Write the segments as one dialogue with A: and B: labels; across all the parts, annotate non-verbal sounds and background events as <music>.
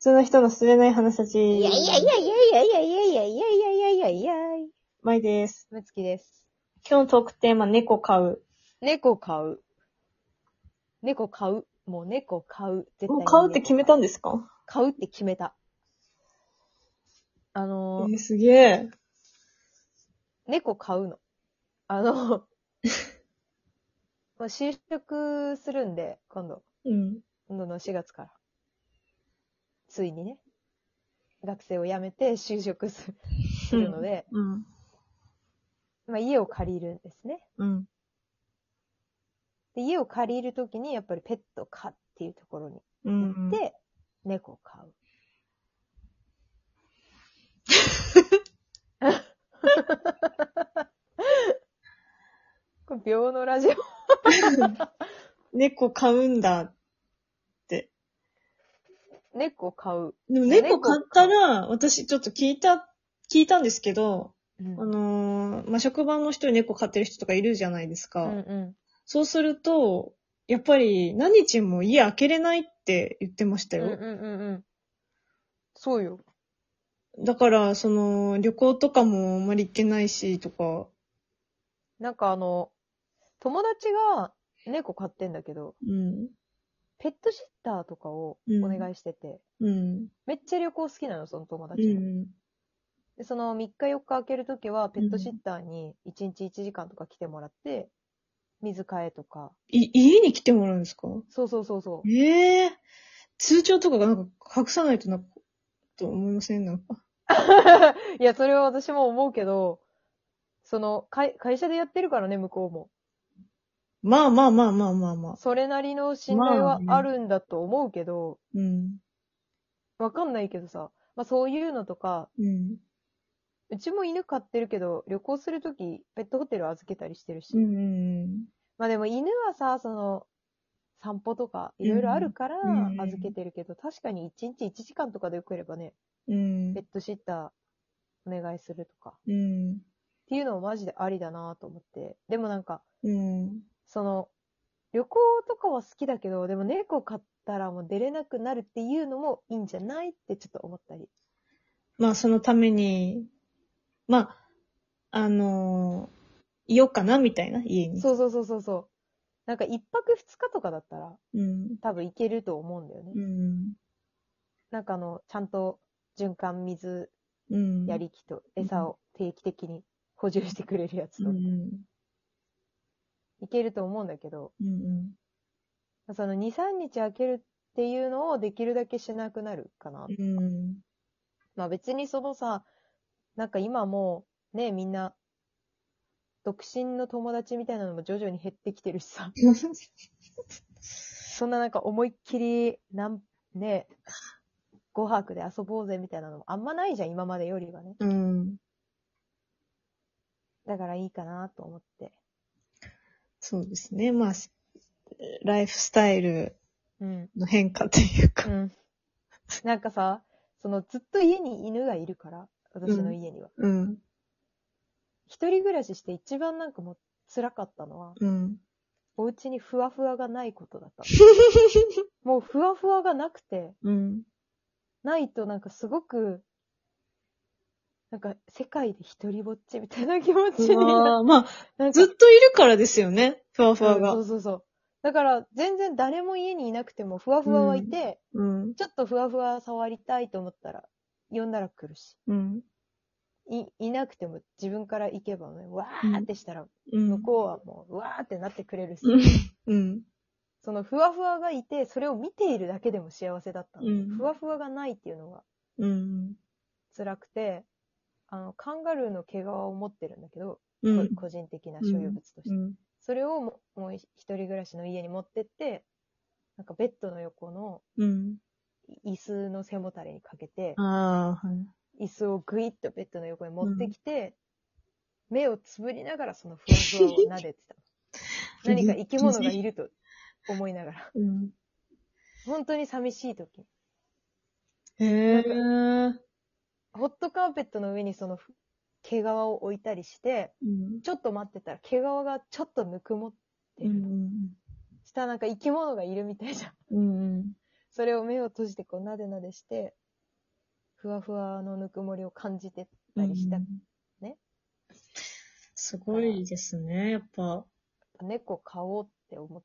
A: 通の人のすれない話たち。
B: いやいやいやいやいやいやいやいやいやいやいやいやいや
A: まいです。
B: むつきです。
A: 今日のトークテーマ、猫飼う。
B: 猫買う。猫買う。もう猫買う。絶対
A: もう
B: に
A: 飼うって決めたんですか
B: 買うって決めた。あ
A: え
B: のー、
A: ーすげえ。
B: 猫買うの。あの、もう就職するんで、今度。
A: うん。
B: 今度の4月から。ついにね。学生を辞めて就職するするので、
A: うん。
B: まあ家を借りるんですね。
A: うん。
B: で、家を借りるときに、やっぱりペット飼っていうところに
A: う
B: 行
A: ん。
B: って、猫を飼う。これ、病のラジオ。
A: 猫飼うんだ。
B: 猫を飼う。
A: でも
B: 猫
A: 猫飼ったら、私ちょっと聞いた、聞いたんですけど、
B: うん
A: あのー、まあ、職場の人に猫飼ってる人とかいるじゃないです
B: う
A: か。
B: んう
A: そうすると、やっぱり何日も家開けれないって言ってました
B: ん。うん
A: よ。
B: うんうんうん。そうよ。
A: だから、その、旅行とかもあんまり行けないし、とか。
B: なんかあの、友達が猫飼ってんだけど、
A: うん。
B: ペットシッターとかをお願いしてて、
A: うん。
B: めっちゃ旅行好きなの、その友
A: う
B: 達が。
A: ん。
B: で、その3日4日空けるときは、ペットシッターに1日1時間とか来てもらって、水替えとか。
A: い、家に来てもらうんですか
B: そうそうそ
A: <laughs>
B: うそう。
A: ええ通帳とかがなんか隠さないとなんか、と思いませんなんか。
B: いや、それは私も思うけど、その、会、会社でやってるからね、向こうも。
A: まあまあまあまあまあまあ。
B: それなりの信頼は
A: まあ
B: あるんだと思うけど、
A: うん。
B: わかんないけどさ、まあそういうのとか、
A: うん。
B: うちも犬飼ってるけど、旅行するとき、ペットホテル預けたりしてるし。
A: うん。
B: まあでも犬はさ、その、散歩とか、いろいろあるから
A: うんうん
B: 預けてるけど、確かに1日1時間とかでよければね、
A: うん
B: ペッ。トシッターお願いするとか、っ
A: うん。
B: ていうのもマジでありだなと思って。でもなんか、
A: うん。
B: その、旅行とかは好きだけど、でも猫飼ったらもう出れなくなるっていうのもいいんじゃないってちょっと思ったり。
A: まあそのために、まあ、あのーいようかな、みたいな、家に。
B: そうそうそうそうそう。なんか一泊二日とかだったら
A: うん。
B: 多分行けると思うんだよね。
A: うん。
B: なんかあの、ちゃんと循環水
A: うん。
B: やりきと餌を定期的に補充してくれるやつ
A: う
B: と、
A: ん。
B: いけると思うんだけど、
A: うん。
B: その2、3日空けるっていうのをできるだけしなくなるかな。
A: うん。
B: まあ別にそのさ、なんか今もうね、みんな、独身の友達みたいなのも徐々に減ってきてるし
A: <laughs>
B: さ、そんななんか思いっきり、なん、ね、5泊で遊ぼうぜみたいなのもあんまないじゃん、今までよりはね。
A: うん。
B: だからいいかなと思って。
A: そうですね。まあ、ライフスタイル
B: うん。
A: の変化というか
B: う。ん。なんかさ、そのずっと家に犬がいるから、私の家には。
A: うん。
B: 一人暮らしして一番なんかもう辛かったのは、
A: <laughs> うん。
B: お家にふわふわがないことだった。もうふわふわがなくて、
A: うん。
B: ないとなんかすごく、なんか世界で一人ぼっちみたいな気持ちにな
A: まあ、ま
B: な
A: あ、
B: んか
A: ずっといるからですよね。ふわふわ
B: うん
A: が。
B: そうそうそう。だから全然誰も家にいなくてもふわふわはいて、
A: うん。
B: ちょっとふわふわ触りたいと思ったら、呼んだら来るし。
A: うん。
B: い、いなくても自分から行けばね、わーってしたら、
A: うん。
B: 向こうはもう、わーってなってくれるし、
A: うんうん。
B: そのふわふわがいて、それを見ているだけでも幸せだったの。
A: うん
B: ふわふわがないっていうのが
A: うん。
B: 辛くて、あの、カンガルーの毛皮を持ってるんだけど、
A: うん。
B: こ個人的な所有物とし
A: う
B: て。
A: ん。
B: それをもうもう一人暮らしの家に持ってって、なんかベッドの横の
A: うん。
B: 椅子の背もたれにかけて、
A: ああ、はい。
B: 椅子をぐいっとベッドの横に持ってきて、目をつぶりながらそのふわふわを撫でて
A: <laughs>
B: た。何か生き物がいると思いながら。
A: うん。
B: 本当に寂しい時。
A: へえ。
B: ホットカーペットの上にそのふ毛皮を置いたりして、
A: うん。
B: ちょっと待ってたら毛皮がちょっとぬくもって
A: う
B: る。
A: ん。
B: したらなんか生き物がいるみたいじゃん。
A: うん。
B: それを目を閉じてこうなでなでして、ふわふわのぬくもりを感じてったりした。ね
A: すごいですね、やっぱ。
B: 猫飼おうって思っ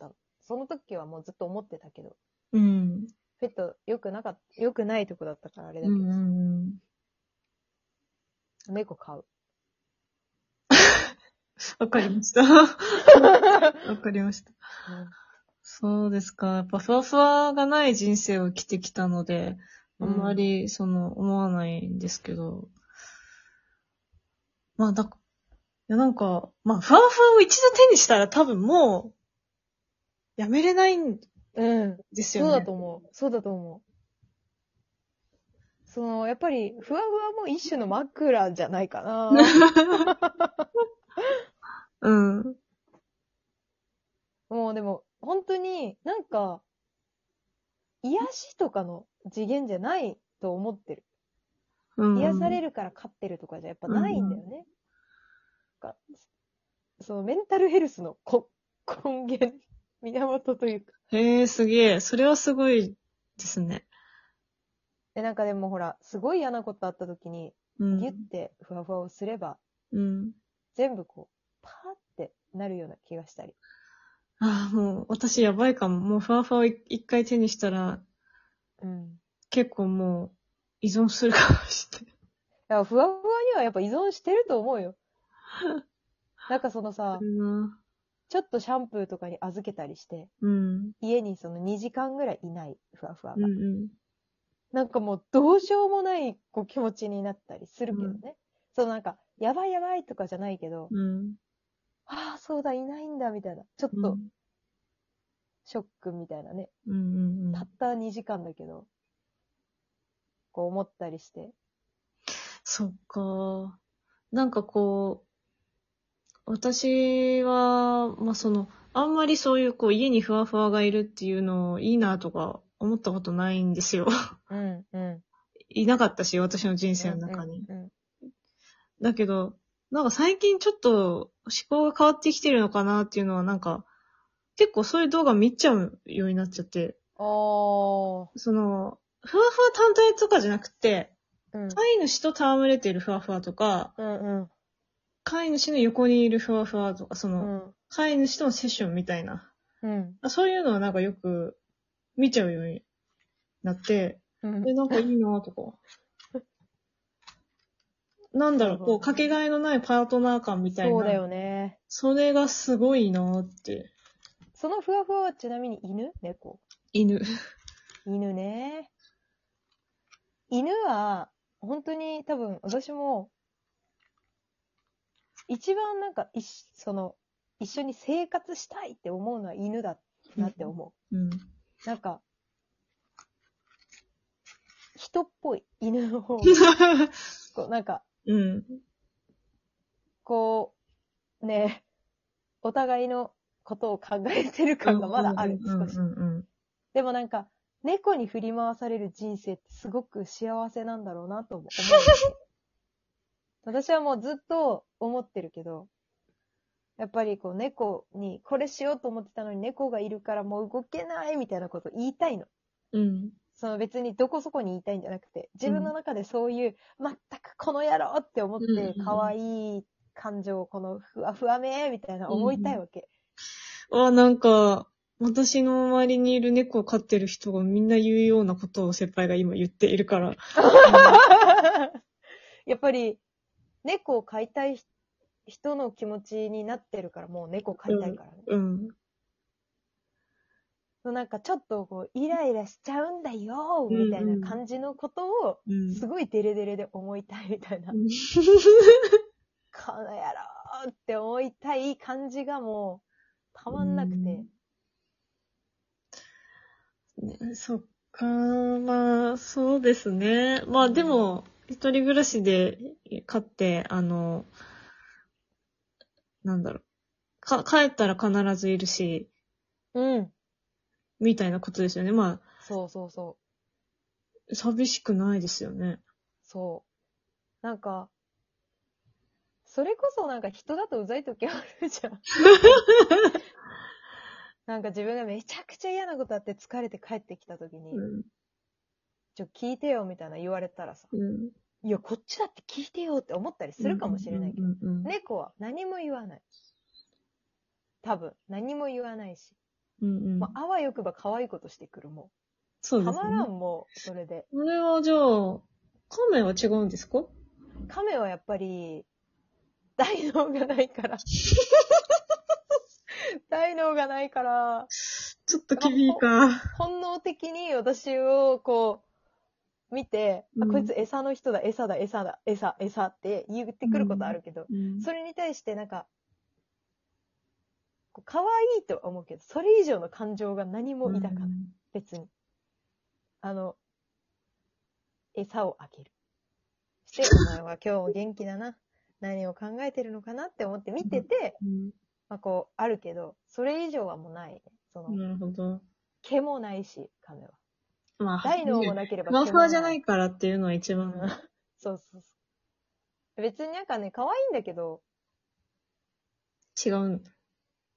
B: た。その時はもうずっと思ってたけど、
A: うん。
B: ペット良くなかった、良くないとこだったからあれだ
A: う
B: けど、
A: んうんうん。
B: 猫飼う。
A: <laughs> わかりま
B: <laughs>
A: した。わかりました。そうですか。やっぱふわふわがない人生を生きてきたので、あんまり、その、思わないんですけど。まあ、だ、いや、なんか、まあ、ふわふわを一度手にしたら多分もう、やめれないん
B: うん。
A: ですよ
B: そ
A: ね。
B: うだと思う。そうだと思う。その、やっぱり、ふわふわも一種の枕じゃないかな。
A: <laughs> うん。
B: もうでも、本当になんか、癒しとかの次元じゃないと思ってる。
A: うん。
B: 癒され
A: る。
B: るから飼ってるとかじゃやっぱないんだよね。がそのメンタルヘルスのこ根源、源というか。
A: へえ、すげえ。それはすごいですね。
B: で、なんかでもほら、すごい嫌なことあった時に、
A: う
B: ギュっ
A: ん。
B: てふわふわをすれば、
A: うん。
B: 全部こう、パーってなるような気がしたり。
A: ああ、もう、私やばいかも。もう、ふわふわを一回手にしたら、
B: うん。
A: 結構もう、依存するかもしれない。
B: だからふわふわにはやっぱ依存してると思うよ。 <laughs> なんかそのさ、
A: うん。
B: ちょっとシャンプーとかに預けたりして、
A: うん。
B: 家にその2時間ぐらいいないふわふわ
A: うん
B: が。
A: うん。
B: なんかもうどうしようもないこう気持ちになったりするけどね。そのなんか、やばいやばいとかじゃないけど、
A: うん。
B: ああ、そうだ、いないんだ、みたいな。ちょっ
A: うん。う
B: と
A: ん
B: ショックみたいなね。
A: うんうん
B: たった2時間だけど、こう思ったりして。
A: そっか。なんかこう、私は、まあ、その、あんまりそういう、こう、家にふわふわがいるっていうのをいいなとか思ったことないんですよ。
B: うん、うん。
A: いなかったし、私の人生の中に。
B: うんうん
A: だけど、なんか最近ちょっと思考が変わってきてるのかなっていうのは、なんか、結構そういう動画見ちゃうようになっちゃって、
B: おー。
A: その、ふわふわ単体とかじゃなくて、
B: うん。
A: 飼い主と戯れてるふわふわとか、
B: うん
A: 飼い主の横にいるふわふわとか、その、
B: うん。うん。
A: 飼い主とのセッションみたいな。
B: うん。
A: そういうのはなんかよく見ちゃうようになって、
B: うん
A: で、なんかいいなとか。なんだろう、こう、かけがえのないパートナー感みたいな。
B: そうだ。よね。
A: それがすごいなって。
B: そのふわふわはちなみに犬猫
A: 犬。
B: 犬ね。犬は、本当に多分私も、一番なんか、いしその、一緒に生活したいって思うのは犬だなって思 <laughs>
A: うん。
B: う。なんか、人っぽい犬
A: <laughs>
B: の方が、こうなんか、
A: うん。
B: こう、ね、お互いのことを考えてる感がまだある、
A: うんうん
B: 少
A: うん
B: し
A: う。ん
B: でもなんか、猫に振り回される人生ってすごく幸せなんだろうな
A: <laughs>
B: と思う。私はもうずっと思ってるけど、やっぱりこう猫にこれしようと思ってたのに猫がいるからもう動けないみたいなこと言いたいの。
A: うん。うん。
B: その別にどこそこに言いたいんじゃなくて、自分の中でそういう、全くこの野郎って思っ
A: うんうん
B: て
A: う、ん
B: 可愛い感情をこのふわふわめみたいな思いたいわけ。
A: あ、なんか、私の周りにいる猫を飼ってる人がみんな言うようなことを先輩が今言っている
B: <laughs>
A: から。
B: やっぱり、猫を飼いたいひ人の気持ちになってるから、もう猫飼いたいからね。
A: うん。
B: そうなんかちょっとこう、イライラしちゃうんだよみたいな感じのことを、
A: うん。
B: すごいデレデレで思いたいみたいな。
A: うん
B: この野郎って思いたい感じがもう、たまんなくて。
A: ねそっか、まあ、そうですね。まあでも、一人暮らしで飼って、あの、なんだろう。か、帰ったら必ずいるし、
B: うん。
A: みたいなことですよね。ま
B: そうそうそう。
A: あ、寂しくないですよね。
B: そう。なんか、それこそなんか人だとうざい時あるじゃん。なんか自分がめちゃくちゃ嫌なことあって疲れて帰ってきた時に、
A: うん。
B: ちょ、聞いてよみたいな言われたらさ、
A: うん。
B: いや、こっちだって聞いてよって思ったりするかもしれないけど、
A: うんうんうんうん。
B: 猫は何も言わない。多分、何も言わないし、
A: うんうん。
B: まあ、あわよくば可愛いことしてくるも
A: そう
B: う。
A: で
B: た
A: すね。
B: まらんもう、それで。
A: これはじゃあ、亀は違うんですか
B: 亀はやっぱり、大脳がないから。 <laughs> 大脳がないから、
A: ちょっと厳しいか。
B: 本能的に私をこう、見て、あ
A: うん
B: こいつ餌の人だ、餌だ、餌だ、餌、餌って言ってくることあるけど、
A: うん
B: それに対してなんか、こう可愛いとは思うけど、それ以上の感情が何も抱かない。別に。あの、餌をあげる。
A: <laughs>
B: して、お前は今日も元気だな。何を考えてるのかなって思って見てて、
A: うん
B: まあこう、あるけど、それ以上はもうないね。その、
A: なるほど。
B: 毛もないし、亀は。
A: まあ、
B: 大脳もなければ
A: ふわふ
B: も
A: わじゃないからっていうのは一
B: うん
A: 番。
B: そうそうそう。別になんかね、可愛いんだけど、
A: 違う。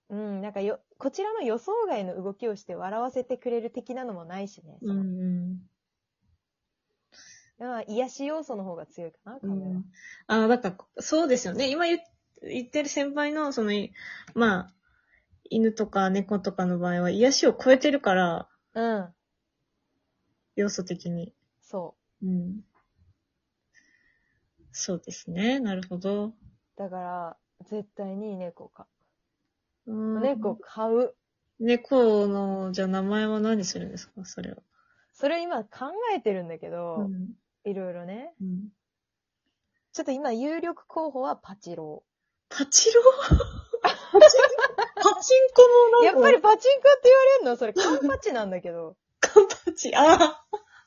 B: うん、なんかよ、こちらの予想外の動きをして笑わせてくれる的なのもないしね。
A: うんうん。
B: まあ、癒し要素の方が強いかな、
A: う
B: 亀は。
A: ん、あだから、そうですよね。今言っ言ってる先輩の、その、いまあ、犬とか猫とかの場合は、癒しを超えてるから、
B: うん、
A: 要素的に。
B: そう。
A: うん。そうですね。なるほど。
B: だから、絶対に猫か。
A: うん
B: 猫。買う。
A: 猫の、じゃあ名前は何するんですかそれは。
B: それ今考えてるんだけ
A: う
B: ど、
A: ん。
B: いろいろね。
A: うん、
B: ちょっと今有力候補はパチロ
A: パチロー <laughs> パチパチンコ
B: ー。
A: の <laughs>
B: や
A: なん
B: っ
A: か
B: ぱりパチンコって言われるのそれカンパチなんだけど。
A: カンパチ、ああ。